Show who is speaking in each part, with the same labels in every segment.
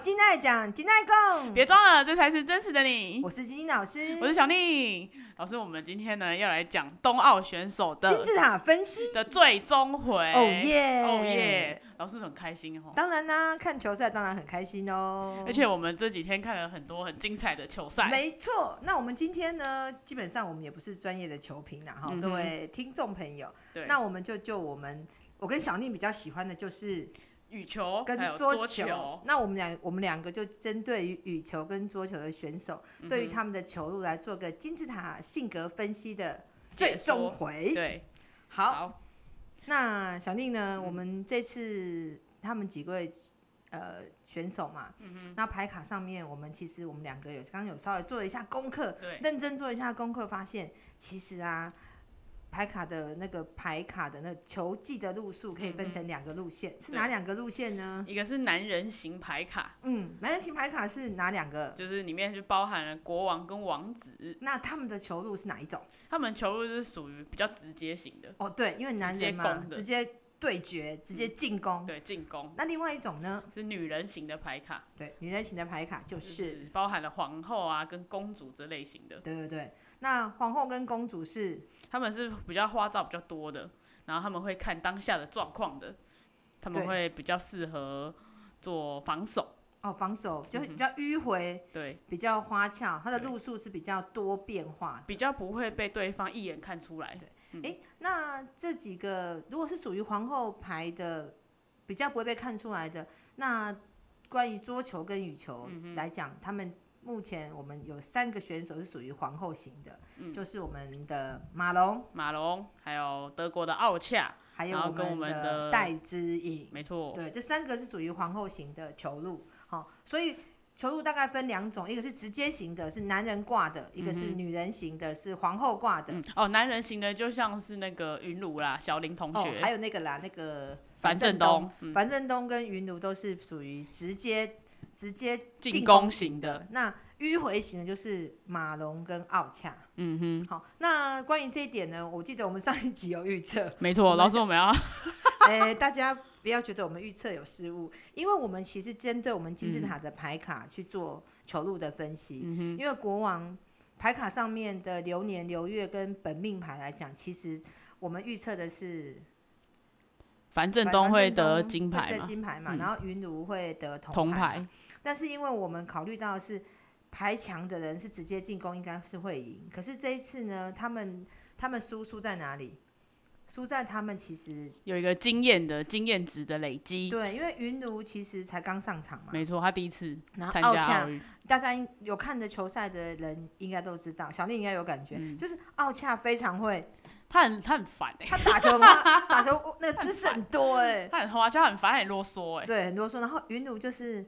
Speaker 1: 金爱讲，金爱共，
Speaker 2: 别装了，这才是真实的你。
Speaker 1: 我是金金老师，
Speaker 2: 我是小宁老师，我们今天呢要来讲冬奥选手的
Speaker 1: 金字塔分析。
Speaker 2: 的最终回。
Speaker 1: 哦耶，
Speaker 2: 哦耶！老师很开心哦。
Speaker 1: 当然啦、看球赛当然很开心哦。
Speaker 2: 而且我们这几天看了很多很精彩的球赛，
Speaker 1: 没错，那我们今天呢，基本上我们也不是专业的球评啦，哈、
Speaker 2: 嗯哼
Speaker 1: 各位听众朋友，
Speaker 2: 对，
Speaker 1: 那我们就就我们。我跟小宁比较喜欢的就是
Speaker 2: 羽球哦还
Speaker 1: 跟
Speaker 2: 有
Speaker 1: 桌
Speaker 2: 桌
Speaker 1: 球，那我们两我们两个就针对于羽球跟桌球的选手，
Speaker 2: 嗯
Speaker 1: 对于他们的球路来做个金字塔性格分析的最终回。
Speaker 2: 对，
Speaker 1: 好，
Speaker 2: 好，
Speaker 1: 那小宁呢？我
Speaker 2: 嗯
Speaker 1: 们这次他们几位呃选手嘛，
Speaker 2: 嗯
Speaker 1: 那牌卡上面我们其实我们两个有刚刚有稍微做了一下功课，
Speaker 2: 对，
Speaker 1: 认真做一下功课，发现其实啊，牌卡的那个牌卡的那个球技的路数可以
Speaker 2: 嗯
Speaker 1: 分成两个路线，是哪两个路线呢？
Speaker 2: 一个是男人型牌卡，
Speaker 1: 嗯，男人型牌卡是哪两个？
Speaker 2: 就是里面就包含了国王跟王子，
Speaker 1: 那他们的球路是哪一种？
Speaker 2: 他们球路是属于比较直接型的，
Speaker 1: 哦，对，因为男人嘛，直
Speaker 2: 直
Speaker 1: 接对决，直接进攻。
Speaker 2: 嗯对，进攻
Speaker 1: 那另外一种呢？
Speaker 2: 是女人型的牌卡，
Speaker 1: 对，女人型的牌卡就
Speaker 2: 就是包含了皇后啊跟公主这类型的，
Speaker 1: 对对对，那皇后跟公主是
Speaker 2: 他们是比较花招比较多的，然后他们会看当下的状况的，他们
Speaker 1: 对
Speaker 2: 会比较适合做防守，
Speaker 1: 哦防守就是
Speaker 2: 嗯
Speaker 1: 比较迂回，
Speaker 2: 对，
Speaker 1: 比较花俏，它的
Speaker 2: 对
Speaker 1: 路数是比较多变化
Speaker 2: 比较不会被对方一眼看出来。
Speaker 1: 的。诶，那这几个如果是属于皇后牌的，比较不会被看出来的，那关于桌球跟羽球
Speaker 2: 嗯
Speaker 1: 来讲，他们。目前我们有三个选手是属于皇后型的，
Speaker 2: 嗯
Speaker 1: 就是我们的马龙，
Speaker 2: 马龙还有德国的奥恰，
Speaker 1: 还有
Speaker 2: 然后
Speaker 1: 我
Speaker 2: 跟我
Speaker 1: 们的
Speaker 2: 们的
Speaker 1: 戴之颖，
Speaker 2: 没错，
Speaker 1: 对，这三个是属于皇后型的球路，好、所以球路大概分两种，一个是直接型的，是男人挂的；一个是女人型的，是皇后挂的。
Speaker 2: 嗯，哦，男人型的就像是那个云鲁啦，小林同
Speaker 1: 哦，
Speaker 2: 学，
Speaker 1: 还有那个啦，那个
Speaker 2: 樊振东，嗯，
Speaker 1: 樊振东跟云奴都是属于直接直接
Speaker 2: 进
Speaker 1: 攻
Speaker 2: 攻型的，
Speaker 1: 那迂回型的就是马龙跟奥恰。
Speaker 2: 嗯哼，
Speaker 1: 好，那关于这一点呢，我记得我们上一集有预测，
Speaker 2: 没错，老师我们要
Speaker 1: 哎、大家不要觉得我们预测有失误，因为我们其实针对我们金字塔的牌卡
Speaker 2: 嗯
Speaker 1: 去做球路的分析，因为国王牌卡上面的流年、流月跟本命牌来讲，其实我们预测的是
Speaker 2: 樊振
Speaker 1: 反
Speaker 2: 东
Speaker 1: 正
Speaker 2: 会
Speaker 1: 东
Speaker 2: 得金牌
Speaker 1: 得
Speaker 2: 嘛，
Speaker 1: 金牌嘛，
Speaker 2: 嗯
Speaker 1: 然后云奴会得铜
Speaker 2: 铜
Speaker 1: 嘛
Speaker 2: 牌，
Speaker 1: 但是因为我们考虑到的是排强的人是直接进攻，应该是会赢。可是这一次呢，他们他们输输在哪里？输在他们其实
Speaker 2: 有一个经验的经验值的累积，
Speaker 1: 对，因为云奴其实才刚上场嘛，
Speaker 2: 没错，他第一次
Speaker 1: 然后
Speaker 2: 参
Speaker 1: 奥
Speaker 2: 加
Speaker 1: 恰
Speaker 2: 奥运，
Speaker 1: 大家应有看的球赛的人应该都知道，小丽应该有感觉，
Speaker 2: 嗯
Speaker 1: 就是奥恰非常会，
Speaker 2: 他很他很烦哎、
Speaker 1: 他打球他打球哦那个姿势很多 哎、
Speaker 2: 他很花俏，他很烦，他很啰嗦哎、
Speaker 1: 对，很多说。然后云奴就是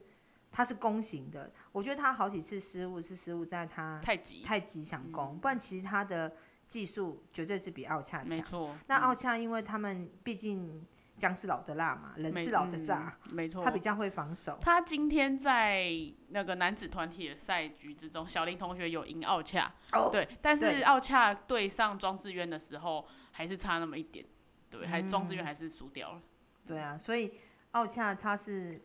Speaker 1: 他是攻型的，我觉得他好几次失误是失误在他
Speaker 2: 太急，嗯
Speaker 1: 太极想攻，不然其实他的技术绝对是比奥恰
Speaker 2: 没
Speaker 1: 强。
Speaker 2: 错，
Speaker 1: 那
Speaker 2: 嗯
Speaker 1: 奥恰因为他们毕竟姜是老的辣嘛，人
Speaker 2: 没
Speaker 1: 是老的炸，，
Speaker 2: 嗯没错，
Speaker 1: 他比较会防守。
Speaker 2: 他今天在那个男子团体的赛局之中，小林同学有赢奥恰，
Speaker 1: 哦，
Speaker 2: 对，但
Speaker 1: 对
Speaker 2: 是奥恰对上庄智渊的时候还是差那么一点，对，还
Speaker 1: 嗯
Speaker 2: 庄智渊还是输掉了，
Speaker 1: 对啊，所以奥恰他是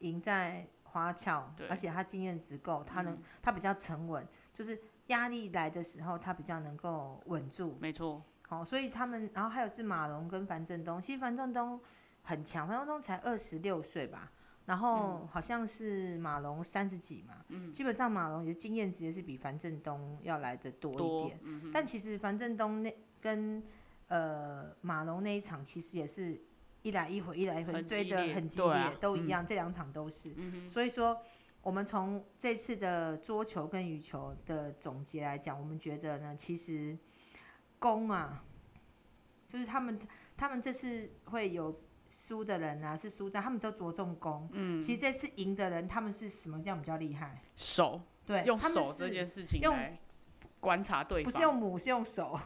Speaker 1: 赢在花俏
Speaker 2: 对，嗯
Speaker 1: 而且他经验值够，他能、他比较沉稳，就是压力来的时候他比较能够稳住。
Speaker 2: 没错，
Speaker 1: 好、所以他们，然后还有是马龙跟樊振东，其实樊振东很强，樊振东才二十六岁吧。然
Speaker 2: 嗯
Speaker 1: 后好像是马龙三十几嘛，基本上马龙的经验值也是比樊振东要来的多一
Speaker 2: 多
Speaker 1: 点，。
Speaker 2: 嗯
Speaker 1: 但其实樊振东那跟呃马龙那一场，其实也是一来一回，一来一回
Speaker 2: 很
Speaker 1: 追
Speaker 2: 激
Speaker 1: 的
Speaker 2: 烈
Speaker 1: 很激
Speaker 2: 对
Speaker 1: 烈，
Speaker 2: 啊嗯
Speaker 1: 都一样，这两场都是。所以说，我们从这次的桌球跟羽球的总结来讲，我们觉得呢，其实攻啊，就是他们他们这次会有。输的人啊，是输在他们都着重攻。嗯，其实这次赢的人，他们是什么样比较厉害？
Speaker 2: 手
Speaker 1: 对，
Speaker 2: 用
Speaker 1: 他们
Speaker 2: 手
Speaker 1: 是
Speaker 2: 这件事情
Speaker 1: 用
Speaker 2: 来观察对方，
Speaker 1: 不是用母，是用手。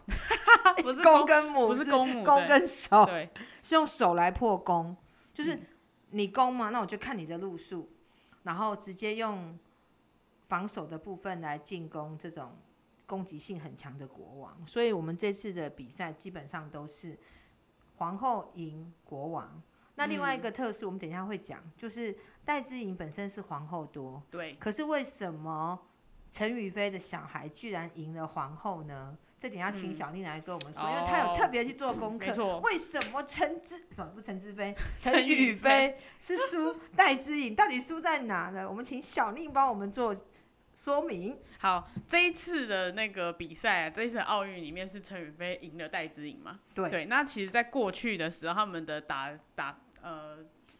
Speaker 2: 不是
Speaker 1: 公
Speaker 2: 攻，
Speaker 1: 跟母，
Speaker 2: 不是公母
Speaker 1: 公
Speaker 2: 嗯对
Speaker 1: 跟手，
Speaker 2: 对，嗯
Speaker 1: 是用手来破公，就是你攻嘛，那我就看你的路数，然后直接用防守的部分来进攻这种攻击性很强的国王。所以我们这次的比赛基本上都是皇后赢国王，那另
Speaker 2: 嗯
Speaker 1: 外一个特殊，我们等一下会讲，就是戴资颖本身是皇后多，
Speaker 2: 对，
Speaker 1: 可是为什么陈宇飞的小孩居然赢了皇后呢？这点要请小丽来跟我们说，因为她有特别去做功课。
Speaker 2: 嗯哦没错
Speaker 1: 为什么陈之不不陈之 飞，
Speaker 2: 陈
Speaker 1: 陈宇
Speaker 2: 宇
Speaker 1: 飞是输戴之颖，到底输在哪呢？我们请小丽帮我们做说明。
Speaker 2: 好，这一次的那个比赛、啊，这一次的奥运里面是陈宇飞赢了戴资颖嘛？
Speaker 1: 对
Speaker 2: 那其实，在过去的时候，他们的打打呃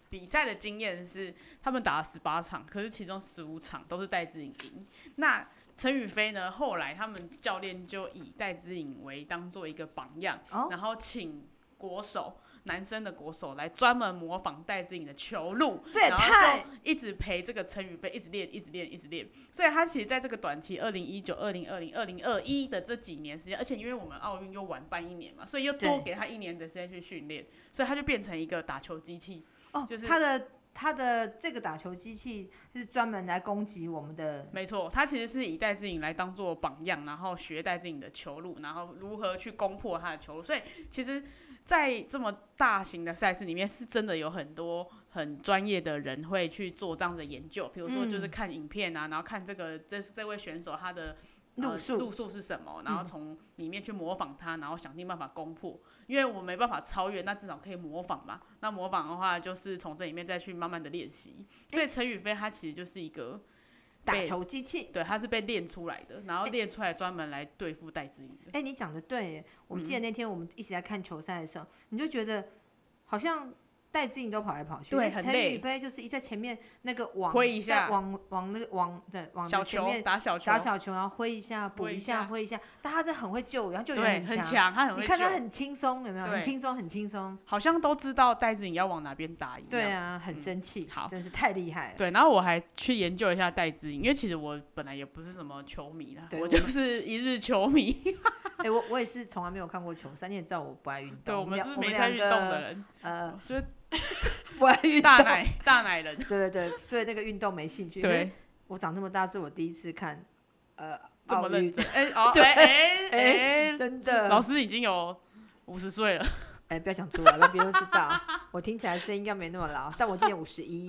Speaker 2: 比赛的经验是，他们打了十八场，可是其中十五场都是戴资颖赢。那陈宇飞呢，后来他们教练就以戴资颖为当做一个榜样，
Speaker 1: 哦
Speaker 2: 然后请国手。男生的国手来专门模仿戴资颖的球路，
Speaker 1: 这也
Speaker 2: 然后
Speaker 1: 太
Speaker 2: 就一直陪这个陈宇飞一直练，一直练，一直练。所以他其实在这个短期二零一九、二零二零、二零二一的这几年时间，而且因为我们奥运又晚办一年嘛，所以又多
Speaker 1: 对
Speaker 2: 给他一年的时间去训练，所以他就变成一个打球机器。
Speaker 1: 哦，
Speaker 2: 就是
Speaker 1: 他的他的这个打球机器是专门来攻击我们的，
Speaker 2: 没错，他其实是以戴志颖来当做榜样，然后学戴志颖的球路，然后如何去攻破他的球路。所以其实，在这么大型的赛事里面，是真的有很多很专业的人会去做这样的研究，比如
Speaker 1: 嗯
Speaker 2: 说就是看影片啊，然后看这个这这位选手他的呃
Speaker 1: 路数
Speaker 2: 路数是什么，然后从里面去模仿他，然后想尽办法攻破。因为我没办法超越，那至少可以模仿嘛。那模仿的话，就是从这里面再去慢慢的练习。所以陈宇飞他其实就是一个。
Speaker 1: 打
Speaker 2: 被
Speaker 1: 球机器。
Speaker 2: 对，他是被练出来的，然后练出来专门来对付戴志颖的。
Speaker 1: 哎、你讲的对耶，我记得那天我们一起在看球赛的时
Speaker 2: 嗯
Speaker 1: 候，你就觉得好像戴资颖都跑来跑去，
Speaker 2: 对
Speaker 1: 那
Speaker 2: 很
Speaker 1: 陈
Speaker 2: 累
Speaker 1: 宇飞就是一在前面那个网
Speaker 2: 挥一下
Speaker 1: 在往往那个往的往
Speaker 2: 小
Speaker 1: 的前
Speaker 2: 球
Speaker 1: 面
Speaker 2: 打小球，
Speaker 1: 打小球，然后挥一下补
Speaker 2: 挥一
Speaker 1: 一下
Speaker 2: 下
Speaker 1: 挥一下，但他这很会救援，他救
Speaker 2: 对，
Speaker 1: 援
Speaker 2: 很
Speaker 1: 强。
Speaker 2: 强，他很会
Speaker 1: 你看他
Speaker 2: 救
Speaker 1: 很轻松，有没有？很
Speaker 2: 对
Speaker 1: 轻松，很轻松。
Speaker 2: 好像都知道戴志颖要往哪边打一样。
Speaker 1: 对啊，很生气，
Speaker 2: 嗯好
Speaker 1: 真是太厉害 了。
Speaker 2: 对，然后我还去研究一下戴志颖，因为其实我本来也不是什么球迷啦，
Speaker 1: 对
Speaker 2: 我
Speaker 1: 我
Speaker 2: 就是 一日球迷。
Speaker 1: 哎、我我也是从来没有看过球赛，你也知道我不爱运动。
Speaker 2: 对，我们
Speaker 1: 俩
Speaker 2: 就是
Speaker 1: 我们
Speaker 2: 没在
Speaker 1: 两
Speaker 2: 运
Speaker 1: 个
Speaker 2: 动的人，
Speaker 1: 呃，
Speaker 2: 就是
Speaker 1: 不爱运动。
Speaker 2: 大奶大奶人。
Speaker 1: 对对对，对那个运动没兴趣。因为
Speaker 2: 对，
Speaker 1: 我长这么大是我第一次看，呃，
Speaker 2: 这么
Speaker 1: 奥运
Speaker 2: 认真。哎，哦，
Speaker 1: 对
Speaker 2: 哎哎哎，
Speaker 1: 真的。
Speaker 2: 老师已经有五十岁了，
Speaker 1: 哎、不要想出来，让别人知道。我听起来声音应该没那么老，但我今年五十一，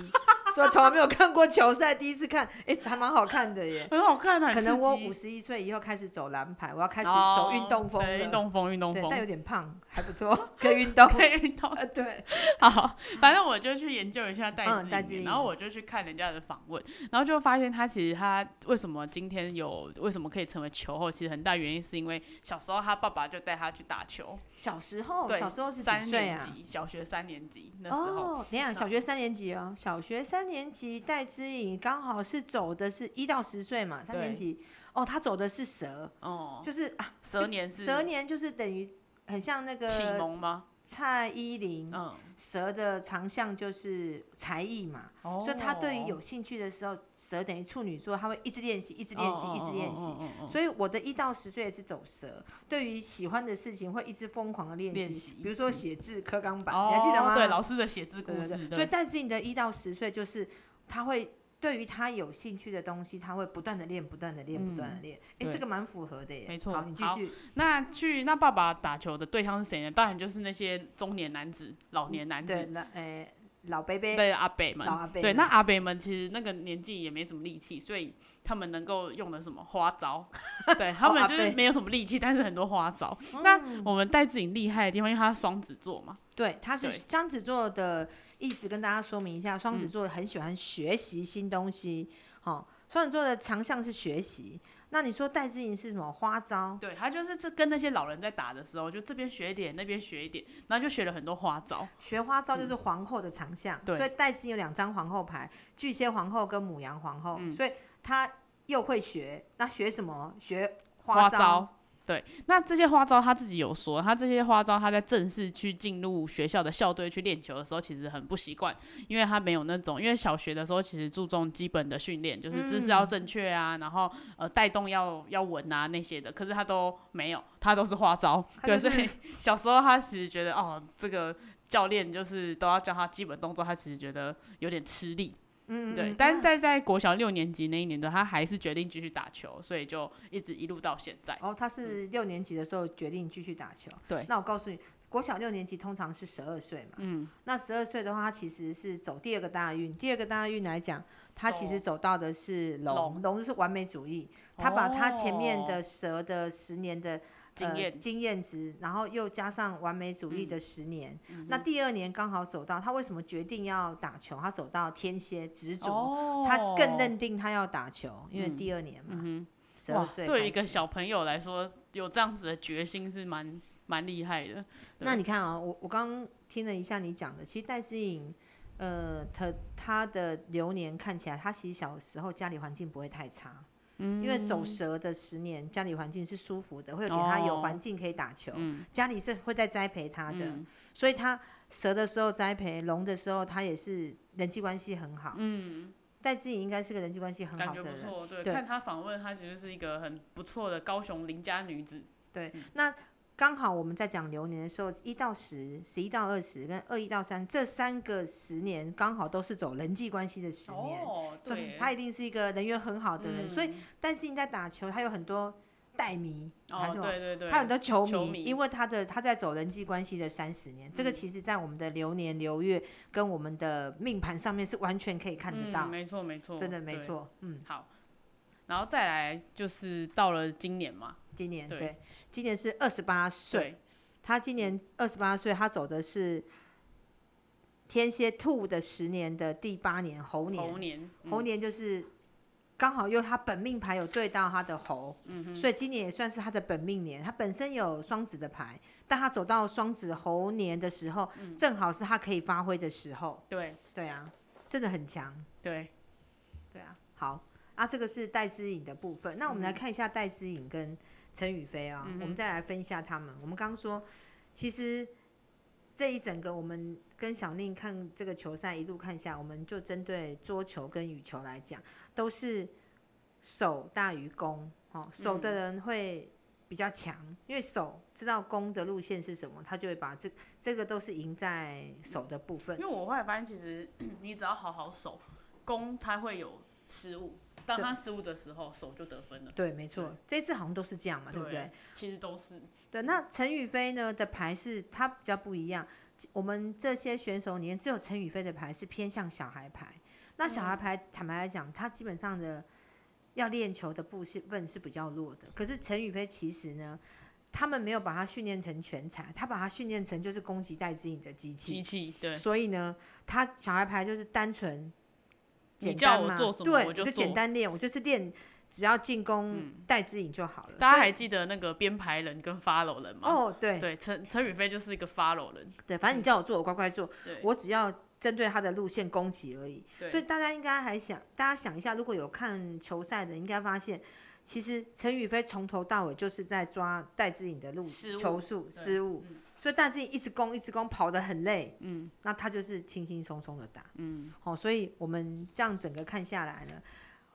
Speaker 1: 所以我从来没有看过球赛，第一次看，哎、还蛮好看的耶。
Speaker 2: 很好看啊，很
Speaker 1: 可能
Speaker 2: 刺
Speaker 1: 我
Speaker 2: 激
Speaker 1: 五十一岁以后开始走蓝牌，我要开始
Speaker 2: 哦
Speaker 1: 走运动风
Speaker 2: 对
Speaker 1: 了。
Speaker 2: 运动风，运动
Speaker 1: 对
Speaker 2: 风，
Speaker 1: 但有点胖，还不 错，可以运动。
Speaker 2: 可以运动。
Speaker 1: 呃，对，
Speaker 2: 好，反正我就去研究一下戴
Speaker 1: 嗯戴
Speaker 2: 资
Speaker 1: 资
Speaker 2: 颖，
Speaker 1: 颖
Speaker 2: 然后我就去看人家的访问，然后就发现他其实他为什么今天有为什么可以成为球后，其实很大原因是因为小时候他爸爸就带他去打球，
Speaker 1: 小时候，
Speaker 2: 对
Speaker 1: 小时候是
Speaker 2: 三
Speaker 1: 几岁
Speaker 2: 年
Speaker 1: 啊？
Speaker 2: 级，小学三年级那时候。嗯
Speaker 1: 哦，你看小学三年级哦，小学三年级戴之颖刚好是走的是一到十岁嘛，三年
Speaker 2: 对
Speaker 1: 级哦，他走的是蛇，
Speaker 2: 哦，
Speaker 1: 就是啊，
Speaker 2: 蛇年是
Speaker 1: 蛇年就是等于很像那
Speaker 2: 启
Speaker 1: 个
Speaker 2: 蒙吗？
Speaker 1: 蔡依林，
Speaker 2: 嗯，
Speaker 1: 蛇的长项就是才艺嘛，
Speaker 2: 哦
Speaker 1: 所以他对于有兴趣的时候，蛇等于处女座，他会一直练习，一
Speaker 2: 哦
Speaker 1: 直练
Speaker 2: 嗯
Speaker 1: 习，一直练习。
Speaker 2: 习，
Speaker 1: 所以我的一到十岁也是走蛇，对于喜欢的事情会一直疯狂的练
Speaker 2: 练
Speaker 1: 习
Speaker 2: 习，
Speaker 1: 比如说写字、刻钢板，
Speaker 2: 哦
Speaker 1: 你还记得吗？
Speaker 2: 对，老师的写字故
Speaker 1: 对
Speaker 2: 事，
Speaker 1: 对对，所以但是你的一到十岁就是他会对于他有兴趣的东西，他会不断的练，不断的练，
Speaker 2: 嗯
Speaker 1: 不断的练。哎、
Speaker 2: 对
Speaker 1: 这个蛮符合的耶。
Speaker 2: 没错
Speaker 1: 好，你继
Speaker 2: 好
Speaker 1: 续。
Speaker 2: 那去那爸爸打球的对象是谁呢？当然就是那些中年男子、老年男
Speaker 1: 对，
Speaker 2: 子，
Speaker 1: 那哎，老贝贝，
Speaker 2: 对阿北们
Speaker 1: 老，阿贝，
Speaker 2: 对，那阿北们其实那个年纪也没什么力气，所以他们能够用的什么花招，对他们
Speaker 1: 阿
Speaker 2: 就是
Speaker 1: 伯
Speaker 2: 没有什么力气，但是很多花招。那
Speaker 1: 嗯
Speaker 2: 我们戴志颖厉害的地方，因为他是双子座嘛，
Speaker 1: 对，他是
Speaker 2: 对嗯
Speaker 1: 双子座的意思，跟大家说明一下，双子座很喜欢学习新东西，好、双子座的强项是学习。那你说戴志颖是什么花招？
Speaker 2: 对他就是这跟那些老人在打的时候，就这边学一点，那边学一点，然后就学了很多花招。
Speaker 1: 学花招就是皇后的长项，
Speaker 2: 嗯对
Speaker 1: 所以戴资颖有两张皇后牌，巨蟹皇后跟母羊皇
Speaker 2: 嗯
Speaker 1: 后，所以她又会学，那学什么？学
Speaker 2: 花
Speaker 1: 招。
Speaker 2: 招。对，那这些花招他自己有说，他这些花招他在正式去进入学校的校队去练球的时候，其实很不习惯，因为他没有那种，因为小学的时候其实注重基本的训练，就是姿势
Speaker 1: 嗯
Speaker 2: 要正确啊，然后呃带动要要稳啊那些的，可是他都没有，他都是花招。
Speaker 1: 他
Speaker 2: 对，
Speaker 1: 就
Speaker 2: 所
Speaker 1: 是
Speaker 2: 以小时候他其实觉得哦，这个教练就是都要教他基本动作，他其实觉得有点吃力。
Speaker 1: 嗯，嗯
Speaker 2: 对
Speaker 1: 嗯，
Speaker 2: 但是
Speaker 1: 那
Speaker 2: 在在国小六年级那一年的他还是决定继续打球，所以就一直一路到现在。
Speaker 1: 哦，他是六年级的时候决定继续打球。
Speaker 2: 嗯对
Speaker 1: 那我告诉你，国小六年级通常是十二岁嘛，嗯，那十二岁的话，他其实是走第二个大运。第二个大运来讲，他其实走到的是龙，
Speaker 2: 龙
Speaker 1: 龙就是完美主义，他把他前面的
Speaker 2: 哦
Speaker 1: 蛇的十年的
Speaker 2: 经
Speaker 1: 呃
Speaker 2: 验嗯
Speaker 1: 经验值，然后又加上完美主义的十年，那第二年刚好走到他为什么决定要打球？他走到天蝎执着，
Speaker 2: 哦嗯
Speaker 1: 他更认定他要打球，因为第二年嘛，十
Speaker 2: 哇
Speaker 1: 二，岁
Speaker 2: 对
Speaker 1: 开
Speaker 2: 于一个
Speaker 1: 始
Speaker 2: 小朋友来说，有这样子的决心是蛮蛮厉害的。
Speaker 1: 那你看啊、我我刚刚听了一下你讲的，其实戴思颖，呃，她她的流年看起来，她其实小时候家里环境不会太差，
Speaker 2: 嗯
Speaker 1: 因为走蛇的十年，家里环境是舒服的，会有给她有
Speaker 2: 哦
Speaker 1: 环境可以打球，
Speaker 2: 嗯
Speaker 1: 家里是会在栽培她的，
Speaker 2: 嗯
Speaker 1: 所以她蛇的时候栽培，龙的时候她也是人际关系很好，
Speaker 2: 嗯，
Speaker 1: 戴志颖应该是个人际关系很
Speaker 2: 感
Speaker 1: 好
Speaker 2: 觉
Speaker 1: 的
Speaker 2: 不
Speaker 1: 人，
Speaker 2: 错。对，
Speaker 1: 对
Speaker 2: 看她访问，她其实是一个很不错的高雄邻家女子。
Speaker 1: 对，那刚好我们在讲流年的时候，一到十、十一到二十跟二一到三这三个十年，刚好都是走人际关系的十年，
Speaker 2: 哦，
Speaker 1: 所
Speaker 2: 对
Speaker 1: 以，他一定是一个人缘很好的人。所以
Speaker 2: 嗯，
Speaker 1: 但是你在打球，他有很多带迷，还
Speaker 2: 哦，
Speaker 1: 有什么
Speaker 2: 对对对，
Speaker 1: 他有很多球迷，
Speaker 2: 球嗯迷
Speaker 1: 因为他的他在走人际关系的三十年，这个其实在我们的流年流月跟我们的命盘上面是完全可以看得到
Speaker 2: 嗯、，没错没错，
Speaker 1: 真的没
Speaker 2: 对。
Speaker 1: 错，嗯。
Speaker 2: 好，然后再来就是到了今年嘛，
Speaker 1: 今年
Speaker 2: 对
Speaker 1: 对，今年是二十八岁，
Speaker 2: 对，
Speaker 1: 他今年二十八岁，他走的是天蝎兔的十年的第八年猴年，
Speaker 2: 猴年，嗯
Speaker 1: 猴年就是刚好又他本命牌有对到他的猴，所以今年也算是他的本命年。他本身有双子的牌，但他走到双子猴年的时候，正好是他可以发挥的时候。
Speaker 2: 对
Speaker 1: 对啊，真的很强。
Speaker 2: 对，
Speaker 1: 对啊，好啊，这个是戴之颖的部分。那我们来看一下戴之颖跟陈宇飞啊，我们再来分一下他们。我们刚刚说，其实这一整个我们跟小宁看这个球赛一路看下，我们就针对桌球跟羽球来讲，都是手大于攻哦，手的人会。比较强，因为手知道攻的路线是什么，他就会把这这个都是赢在手的部分
Speaker 2: 因。为我后来发现，其实 你只要好好守攻，它会有失误，当
Speaker 1: 对
Speaker 2: 它失误的时候，手就得分了，
Speaker 1: 对，没错，这次好像都是这样嘛，对不对？
Speaker 2: 其实都是
Speaker 1: 对，那陈宇飞呢的牌是他比较不一样，我们这些选手里面只有陈宇飞的牌是偏向小孩牌。那小
Speaker 2: 嗯
Speaker 1: 孩牌、坦白来讲，他基本上的要练球的部分是比较弱的。可是陈宇飞其实呢，他们没有把他训练成全才，他把他训练成就是攻击带指引的机
Speaker 2: 机
Speaker 1: 器。
Speaker 2: 器，对，
Speaker 1: 所以呢，他小孩牌就是单纯
Speaker 2: 你
Speaker 1: 简
Speaker 2: 叫
Speaker 1: 单
Speaker 2: 我
Speaker 1: 嘛，
Speaker 2: 做什么
Speaker 1: 对，
Speaker 2: 我就
Speaker 1: 就简
Speaker 2: 做嗯
Speaker 1: 单练，我就是练只要进攻带指引就好了。
Speaker 2: 大家
Speaker 1: 所
Speaker 2: 还
Speaker 1: 以
Speaker 2: 记得那个编排人跟 follow 人吗？
Speaker 1: 哦，对
Speaker 2: 对，陈陈宇飞就是一个 follow 人，
Speaker 1: 对，反正你叫我做，我乖乖做，
Speaker 2: 嗯对，
Speaker 1: 我只要针对他的路线攻击而已。
Speaker 2: 对
Speaker 1: 所以大家应该还想，大家想一下，如果有看球赛的，应该发现，其实陈宇飞从头到尾就是在抓戴志颖的路
Speaker 2: 失误嗯
Speaker 1: 球速失误，所以戴志颖一直攻一直攻，跑得很累，嗯，那他就是轻轻松松的打，嗯，好、所以我们这样整个看下来呢，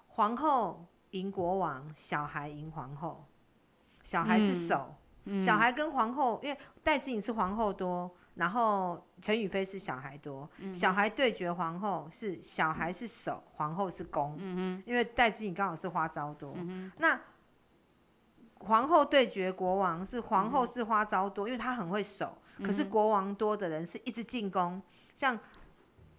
Speaker 1: 皇后赢国王，小孩赢皇后，小孩是
Speaker 2: 嗯
Speaker 1: 手。小孩跟皇后，因为戴志颖是皇后多，然后陈宇飞是小孩多。
Speaker 2: 嗯
Speaker 1: 小孩对决皇后是小孩是手，皇后是攻。
Speaker 2: 嗯
Speaker 1: 因为戴志颖刚好是花招多。那皇后对决国王是皇
Speaker 2: 嗯
Speaker 1: 后是花招多，因为她很会守。可是国王多的人是一直进攻，像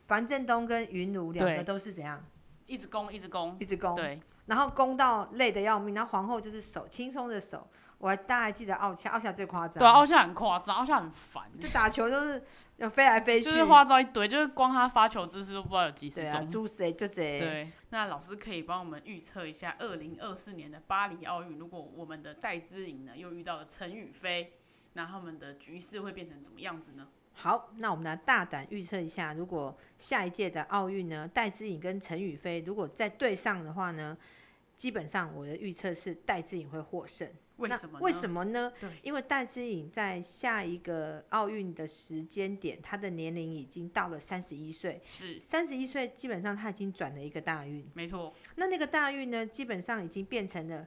Speaker 1: 樊振东跟云奴两个
Speaker 2: 对
Speaker 1: 都是怎样
Speaker 2: 一直攻一直攻，
Speaker 1: 一直攻。
Speaker 2: 对，
Speaker 1: 然后攻到累得要命，然后皇后就是手轻松的手，我还大家还记得奥恰，奥恰最夸张，
Speaker 2: 对啊，奥夏很夸张，奥夏很烦，
Speaker 1: 就打球都是要飞来飞去，
Speaker 2: 就是花招一堆，就是光他发球姿势都不知道有几十
Speaker 1: 对啊，
Speaker 2: 种。
Speaker 1: 猪谁就谁，
Speaker 2: 对，那老师可以帮我们预测一下二零二四年的巴黎奥运，如果我们的戴资颖呢又遇到了陈宇飞，那他们的局势会变成怎么样子呢？
Speaker 1: 好，那我们来大胆预测一下，如果下一届的奥运呢，戴资颖跟陈宇飞如果再对上的话呢，基本上我的预测是戴资颖会获胜。
Speaker 2: 为
Speaker 1: 那
Speaker 2: 什么呢？
Speaker 1: 为什么呢
Speaker 2: 对？
Speaker 1: 因为戴资颖在下一个奥运的时间点，她的年龄已经到了三十一岁，
Speaker 2: 是
Speaker 1: 三十一岁基本上她已经转了一个大运。
Speaker 2: 没错，
Speaker 1: 那那个大运呢，基本上已经变成了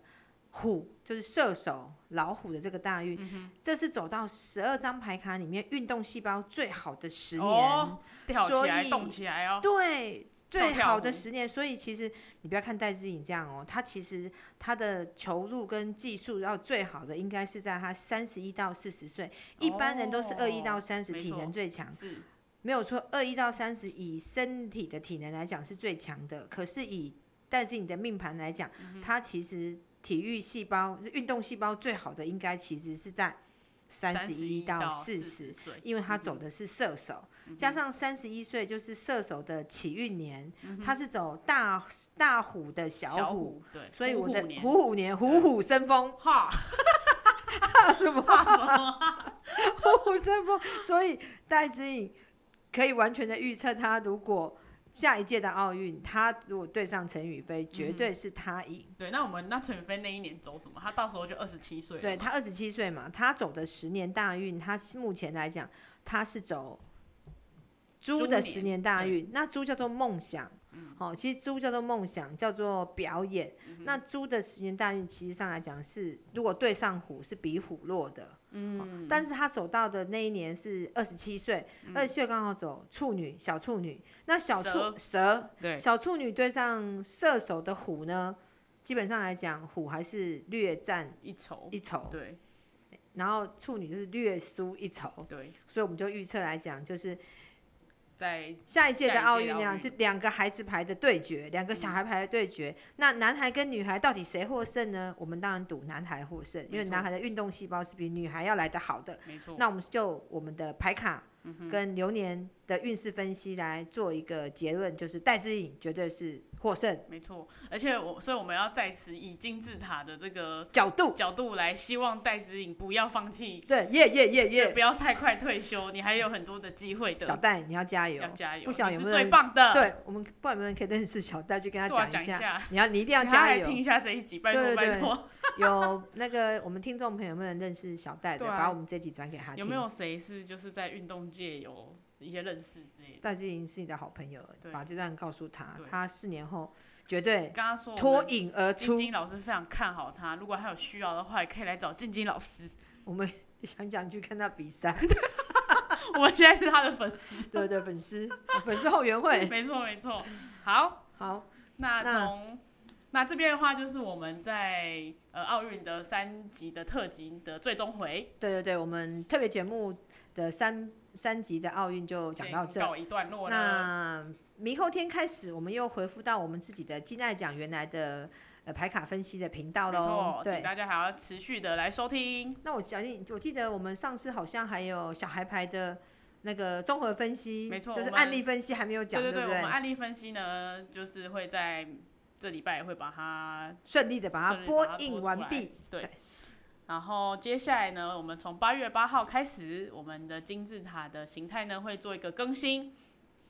Speaker 1: 虎，就是射手、老虎的这个大
Speaker 2: 嗯
Speaker 1: 运。这是走到十二张牌卡里面运动细胞最好的十年。
Speaker 2: 哦，吊
Speaker 1: 所
Speaker 2: 起来
Speaker 1: 以
Speaker 2: 动起来哦，
Speaker 1: 对，最好的
Speaker 2: 跳
Speaker 1: 十年，所以其实你不要看戴志颖这样哦，他其实他的球路跟技术要最好的，应该是在他三十一到四十岁，一般人都是二一到三十
Speaker 2: 哦没
Speaker 1: 体
Speaker 2: 错
Speaker 1: 能最强，
Speaker 2: 是
Speaker 1: 没有错，二一到三十以身体的体能来讲是最强的，可是以戴志颖的命盘来讲，
Speaker 2: 嗯
Speaker 1: 他其实体育细胞、运动细胞最好的应该其实是在三十一到四十
Speaker 2: 十，嗯岁，嗯
Speaker 1: 因为他走的是射手，加上三十一岁就是射手的起运年，他是走大大虎的小虎，
Speaker 2: 嗯小虎对，
Speaker 1: 所以我的
Speaker 2: 虎虎年
Speaker 1: 虎虎年虎虎生风，
Speaker 2: 哈，
Speaker 1: 什么 虎虎生风，所以戴资颖可以完全的预测他如果。下一届的奥运，他如果对上陈宇飞，绝对是他赢。
Speaker 2: 对，那我们那陈宇飞那一年走什么？他到时候就二十七岁了嘛，
Speaker 1: 对他二十七岁嘛，他走的十年大运，他目前来讲，他是走猪
Speaker 2: 猪
Speaker 1: 的
Speaker 2: 年嗯
Speaker 1: 十年大运。那猪叫做梦想，哦，其实猪叫做梦想，叫做表演。那猪的十年大运，其实上来讲是，如果对上虎是比虎弱的，嗯，但是他走到的那一年是二十七岁，
Speaker 2: 嗯
Speaker 1: 二十七岁刚好走处女，小处女。那小处
Speaker 2: 蛇
Speaker 1: 蛇
Speaker 2: 对
Speaker 1: 小处女对上射手的虎呢，基本上来讲，虎还是略占
Speaker 2: 一筹，
Speaker 1: 一筹。
Speaker 2: 对
Speaker 1: 然后处女就是略输一筹，
Speaker 2: 对，
Speaker 1: 所以我们就预测来讲，就是
Speaker 2: 在
Speaker 1: 下一届的奥运
Speaker 2: 下一届的奥
Speaker 1: 量
Speaker 2: 运
Speaker 1: 是两个孩子牌的对决，两个小孩牌的对决。
Speaker 2: 嗯
Speaker 1: 那男孩跟女孩到底谁获胜呢？我们当然赌男孩获胜，因为
Speaker 2: 没错嗯
Speaker 1: 男孩的运动细胞是比女孩要来的好的。
Speaker 2: 没错，
Speaker 1: 那我们就我们的牌卡
Speaker 2: 嗯
Speaker 1: 跟流年的运势分析来做一个结论，就是戴志颖绝对是获胜。
Speaker 2: 没错，而且我，所以我们要在此以金字塔的这个
Speaker 1: 角度
Speaker 2: 角度来，希望戴子颖不要放弃，
Speaker 1: 对，耶耶耶
Speaker 2: 也
Speaker 1: 耶
Speaker 2: 不！要太快退休，你还有很多的机会的，
Speaker 1: 小戴，你要加油
Speaker 2: 要！加油，
Speaker 1: 不晓得
Speaker 2: 你
Speaker 1: 有
Speaker 2: 是
Speaker 1: 没有人
Speaker 2: 最棒的，
Speaker 1: 对我们，不管有没有人可以认识小戴，去跟他
Speaker 2: 对啊，
Speaker 1: 讲
Speaker 2: 讲
Speaker 1: 一
Speaker 2: 一
Speaker 1: 下。
Speaker 2: 下，
Speaker 1: 你要你一定要
Speaker 2: 请他
Speaker 1: 加
Speaker 2: 来听
Speaker 1: 油。
Speaker 2: 一下这一集，拜托
Speaker 1: 对对
Speaker 2: 拜托，
Speaker 1: 有那个我们听众朋友们认识小戴的，
Speaker 2: 对啊
Speaker 1: 把我们这集转给他听。
Speaker 2: 有没？有谁是就是在运动界有一些认识之类的？
Speaker 1: 戴志颖是你的好朋友，
Speaker 2: 对
Speaker 1: 把这段告诉他，
Speaker 2: 对
Speaker 1: 他四年后绝对
Speaker 2: 刚刚说我
Speaker 1: 脱
Speaker 2: 们
Speaker 1: 颖而
Speaker 2: 晶
Speaker 1: 出。
Speaker 2: 晶老师非常看好他，如果他有需要的话，也可以来找晶晶老师。
Speaker 1: 我们想想去看他比赛，
Speaker 2: 我们现在是他的粉丝，
Speaker 1: 对对，粉丝 粉丝后援 会。
Speaker 2: 没错没错。好，
Speaker 1: 好，
Speaker 2: 那
Speaker 1: 那
Speaker 2: 从那这边的话，就是我们在呃奥运的三集的特辑的最终回，
Speaker 1: 对对对，我们特别节目的三三集的奥运就讲到
Speaker 2: 先
Speaker 1: 这。
Speaker 2: 告一段落了。
Speaker 1: 那明后天开始，我们又回复到我们自己的金爱奖原来的呃牌卡分析的频道
Speaker 2: 没
Speaker 1: 喽
Speaker 2: 错。，
Speaker 1: 对
Speaker 2: 请，大家还要持续的来收听。
Speaker 1: 那我相信，我记得我们上次好像还有小孩牌的那个综合分析，
Speaker 2: 没错
Speaker 1: 就是
Speaker 2: 我们
Speaker 1: 案例分析还没有
Speaker 2: 对
Speaker 1: 讲，
Speaker 2: 对对，
Speaker 1: 不
Speaker 2: 我们
Speaker 1: 对？
Speaker 2: 案例分析呢，就是会在这礼拜也会把它
Speaker 1: 顺利的把它
Speaker 2: 顺利
Speaker 1: 播
Speaker 2: 把它
Speaker 1: 映
Speaker 2: 出
Speaker 1: 完
Speaker 2: 来
Speaker 1: 毕。。对
Speaker 2: 对。然后接下来呢，我们从八月八号开始，我们的金字塔的形态呢会做一个更新，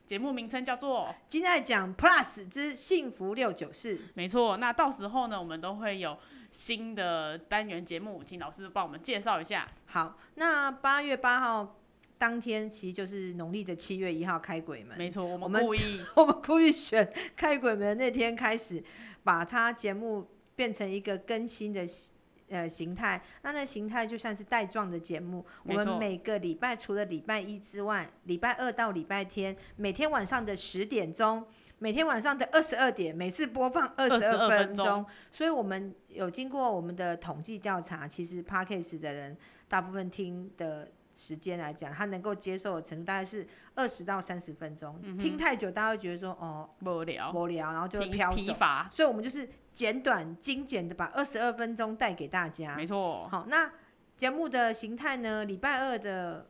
Speaker 2: 节目名称叫做
Speaker 1: 今天来讲 Plus 之幸福六九四，
Speaker 2: 没错。那到时候呢，我们都会有新的单元节目，请老师帮我们介绍一下。
Speaker 1: 好，那八月八号当天其实就是农历的七月一号开鬼门。
Speaker 2: 没错，我
Speaker 1: 我
Speaker 2: 们
Speaker 1: 们
Speaker 2: 故意
Speaker 1: 我们故意选开鬼门那天开始，把它节目变成一个更新的形呃形态。那那形态就像是带状的节目，我
Speaker 2: 没
Speaker 1: 们
Speaker 2: 错
Speaker 1: 每个礼拜除了礼拜一之外，礼拜二到礼拜天，每天晚上的十点钟。每天晚上的二十二点，每次播放二十二
Speaker 2: 22
Speaker 1: 分
Speaker 2: 分
Speaker 1: 钟
Speaker 2: 钟，
Speaker 1: 所以我们有经过我们的统计调查，其实 p a d k a s 的人大部分听的时间来讲，他能够接受的程度大概是二十到三十分钟。听太久，大家会觉得说哦
Speaker 2: 无聊，
Speaker 1: 无聊，然后就会
Speaker 2: 疲
Speaker 1: 飘
Speaker 2: 疲
Speaker 1: 走。
Speaker 2: 乏。
Speaker 1: 所以我们就是简短精简的把二十二分钟带给大家
Speaker 2: 没。错，
Speaker 1: 好，那节目的形态呢？礼拜二的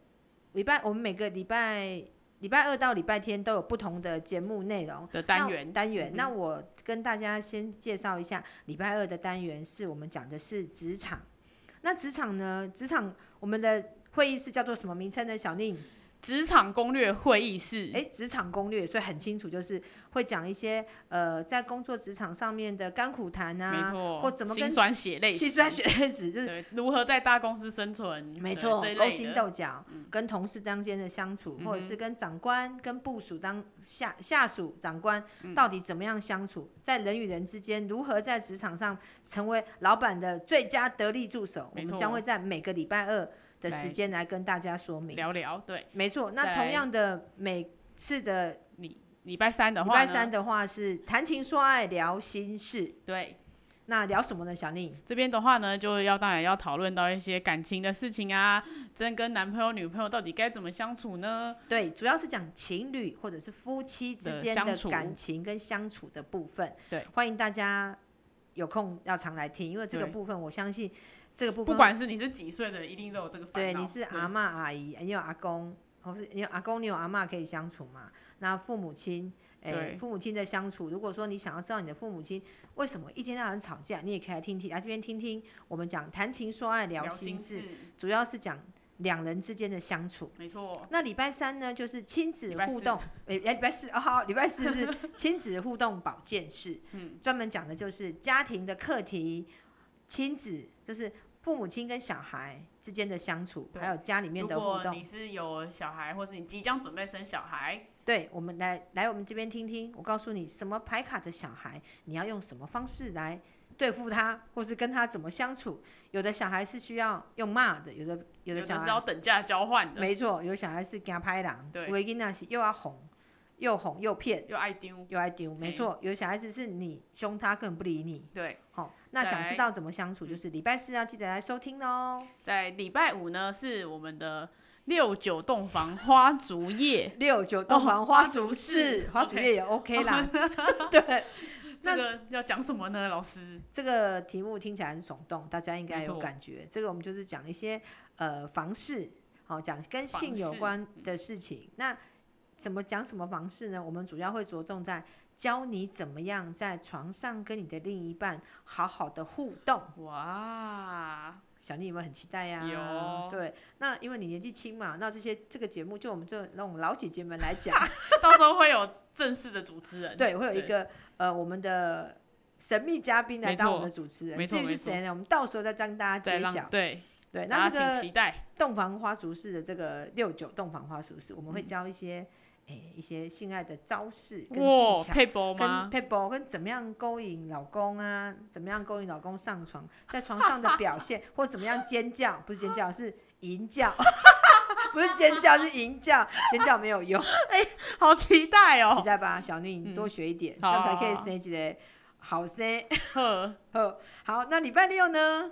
Speaker 1: 礼拜，我们每个礼拜礼拜二到礼拜天都有不同的节目内容。
Speaker 2: 的单
Speaker 1: 那
Speaker 2: 元
Speaker 1: 单元
Speaker 2: 嗯，哼
Speaker 1: 那我跟大家先介绍一下，礼拜二的单元是我们讲的是职场。那职场呢？职场我们的会议是叫做什么名称呢？小宁，
Speaker 2: 职场攻略会议室。
Speaker 1: 诶，职场攻略，所以很清楚，就是会讲一些呃，在工作职场上面的甘苦谈
Speaker 2: 没
Speaker 1: 啊，
Speaker 2: 错，
Speaker 1: 或怎么跟
Speaker 2: 辛酸血泪史，
Speaker 1: 心酸血泪史， 就是
Speaker 2: 对，如何在大公司生存？
Speaker 1: 没
Speaker 2: 对
Speaker 1: 错
Speaker 2: 这一，类
Speaker 1: 勾心
Speaker 2: 的嗯
Speaker 1: 斗角，跟同事之间的相处，或者是跟长官、跟部属当下下属、长官
Speaker 2: 嗯
Speaker 1: 到底怎么样相处，在人与人之间如何在职场上成为老板的最佳得力助手，我
Speaker 2: 没
Speaker 1: 们
Speaker 2: 错
Speaker 1: 将会在每个礼拜二的时
Speaker 2: 来
Speaker 1: 间来跟大家说明。
Speaker 2: 聊聊，对
Speaker 1: 没错，那
Speaker 2: 再
Speaker 1: 同
Speaker 2: 来
Speaker 1: 样的每次的
Speaker 2: 你礼拜三的
Speaker 1: 礼
Speaker 2: 话呢，
Speaker 1: 拜三的话是谈情说爱聊心事，
Speaker 2: 对
Speaker 1: 那聊什么呢？小宁，
Speaker 2: 这边的话呢，就要当然要讨论到一些感情的事情啊，真跟男朋友、女朋友到底该怎么相处呢？
Speaker 1: 对，主要是讲情侣或者是夫妻之
Speaker 2: 的
Speaker 1: 间
Speaker 2: 相
Speaker 1: 的
Speaker 2: 处
Speaker 1: 感情跟相处的部分。
Speaker 2: 对，
Speaker 1: 欢迎大家有空要常来听，因为这个
Speaker 2: 对
Speaker 1: 部分我相信这个部分
Speaker 2: 不管是你是几岁的人，一定都有这个烦恼。
Speaker 1: 对你是阿嬷阿姨，你有阿公，或是你有阿公，你有阿嬷可以相处嘛？那父母亲，哎、
Speaker 2: 对
Speaker 1: 父母亲的相处，如果说你想要知道你的父母亲为什么一天到晚吵架，你也可以来听听，来这边听听我们讲谈情说爱聊
Speaker 2: 聊
Speaker 1: 心
Speaker 2: 心
Speaker 1: 事，，主要是讲两人之间的相处。
Speaker 2: 没错，
Speaker 1: 那礼拜三呢，就是亲子
Speaker 2: 礼拜
Speaker 1: 互
Speaker 2: 四
Speaker 1: 动，哎，哎礼拜四哦，好，礼拜四 是亲子互动保健室，嗯，专门讲的就是家庭的课题，亲子就是父母亲跟小孩之间的相处，
Speaker 2: 对
Speaker 1: 还有家里面
Speaker 2: 如
Speaker 1: 的互
Speaker 2: 果
Speaker 1: 动
Speaker 2: 你。是有小孩，或是你即将准备生小孩，
Speaker 1: 对，我们来来我们这边听听，我告诉你什么牌卡的小孩，你要用什么方式来对付他，或是跟他怎么相处。有的小孩是需要用骂的，有的有
Speaker 2: 有
Speaker 1: 的小
Speaker 2: 是
Speaker 1: 孩
Speaker 2: 要等价交换的，
Speaker 1: 没错，有小孩是惊拍人，
Speaker 2: 对
Speaker 1: 有的囡仔是又要哄，又哄又骗
Speaker 2: 又爱丢，
Speaker 1: 又爱丢，没
Speaker 2: 嘿
Speaker 1: 错，有小孩子是你凶他根本不理你。
Speaker 2: 对。
Speaker 1: 好、那
Speaker 2: 再
Speaker 1: 想
Speaker 2: 来
Speaker 1: 知道怎么相处，就是礼拜四要记得来收听哦。。
Speaker 2: 在礼拜五呢，是我们的六九洞房花烛 夜
Speaker 1: 六九洞房花烛事，
Speaker 2: 花
Speaker 1: 哦花
Speaker 2: 烛
Speaker 1: 烛
Speaker 2: 夜
Speaker 1: 夜也 OK 啦。 对，
Speaker 2: 这个要讲什么呢，老师？
Speaker 1: 这个题目听起来很耸动，大家应该
Speaker 2: 没
Speaker 1: 有
Speaker 2: 错
Speaker 1: 感觉。这个我们就是讲一些呃房事，好、讲跟
Speaker 2: 房
Speaker 1: 性有
Speaker 2: 事
Speaker 1: 关的事情。那怎么讲什么房事呢？我们主要会着重在教你怎么样在床上跟你的另一半好好的互动。
Speaker 2: 哇，
Speaker 1: 小丽有没有很期待呀、
Speaker 2: 有
Speaker 1: 对，那因为你年纪轻嘛，那这些这个节目就我们这种老姐姐们来讲，
Speaker 2: 到时候会有正式的主持人。
Speaker 1: 对，会有一
Speaker 2: 对
Speaker 1: 个呃我们的神秘嘉宾来
Speaker 2: 没
Speaker 1: 当我
Speaker 2: 错
Speaker 1: 们的主持人，
Speaker 2: 没
Speaker 1: 至
Speaker 2: 错
Speaker 1: 于
Speaker 2: 没
Speaker 1: 是
Speaker 2: 错
Speaker 1: 谁呢？我们到时候再让大家
Speaker 2: 再
Speaker 1: 揭
Speaker 2: 让
Speaker 1: 晓。
Speaker 2: 对
Speaker 1: 对，那
Speaker 2: 大
Speaker 1: 这个
Speaker 2: 家请期待。
Speaker 1: 洞房花烛式的这个六九洞房花烛式，我们
Speaker 2: 嗯
Speaker 1: 会教一些诶、一些性爱的招式跟技
Speaker 2: 哇，
Speaker 1: 巧。
Speaker 2: 配播
Speaker 1: 跟
Speaker 2: 吗？
Speaker 1: p e b b l 跟怎么样勾引老公啊，怎么样勾引老公上床，在床上的表现，或怎么样尖叫，不是尖叫，是淫叫， 不是尖叫是淫叫，尖叫没有用，
Speaker 2: 好期待
Speaker 1: 期
Speaker 2: 哦！
Speaker 1: 待吧，小宁你多学一点，这
Speaker 2: 好
Speaker 1: 样才可以
Speaker 2: 好好
Speaker 1: 生一个好生。
Speaker 2: 呵，
Speaker 1: 好，好，那礼拜六呢？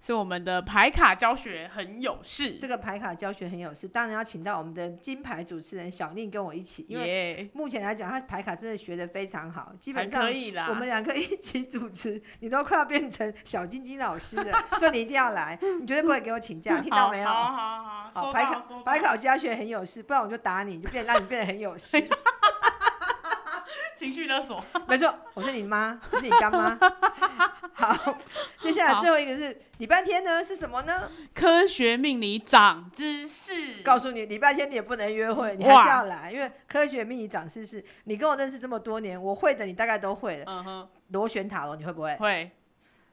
Speaker 2: 是我们的牌卡教学很有事
Speaker 1: 这，个牌卡教学很有事，当然要请到我们的金牌主持人小宁跟我一起，因为
Speaker 2: 耶，
Speaker 1: 目前来讲，他牌卡真的学得非常好，基
Speaker 2: 还
Speaker 1: 本上
Speaker 2: 可以啦
Speaker 1: 我。们两个 一起主持，你都快要变成小晶晶老师了，所以你一定要来，你绝对不会给我请 假，听到没有？
Speaker 2: 好好好好，收
Speaker 1: 白
Speaker 2: 到
Speaker 1: 考
Speaker 2: 收
Speaker 1: 白
Speaker 2: 到，
Speaker 1: 考家学很有事，不然我就打你，就变让你变得很有事。
Speaker 2: 情绪勒索，
Speaker 1: 没错，我是你妈，我是你干妈。 好，接下来
Speaker 2: 好
Speaker 1: 最后一个是礼拜天呢是什么呢？
Speaker 2: 科学命理长知识。
Speaker 1: 告诉你，礼拜天你也不能约会，你还是要来，因为科学命理长知识。你跟我认识这么多年，我会的你大概都会了。
Speaker 2: 嗯哼，
Speaker 1: 螺旋塔罗你会不会？
Speaker 2: 会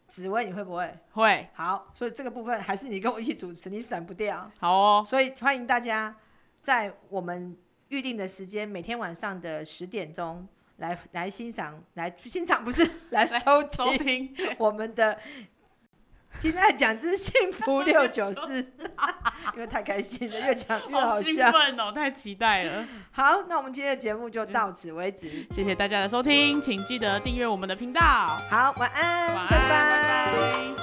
Speaker 1: 紫薇你会不会？
Speaker 2: 会
Speaker 1: 好，所以这个部分还是你跟我一起主持，你闪不掉。
Speaker 2: 好哦，
Speaker 1: 所以欢迎大家在我们预定的时间，每天晚上的十点钟来来欣赏，来欣赏不是来收
Speaker 2: 收
Speaker 1: 听
Speaker 2: 听。
Speaker 1: 我们的。今天讲之幸福六九四， 因为太开心了，越讲越
Speaker 2: 好
Speaker 1: 好
Speaker 2: 兴
Speaker 1: 笑。
Speaker 2: 奋哦，太期待了！
Speaker 1: 好，那我们今天的节目就到此为止。
Speaker 2: 谢谢大家的收听，请记得订阅我们的频道。
Speaker 1: 好，晚安，
Speaker 2: 晚安，
Speaker 1: 拜拜
Speaker 2: 拜拜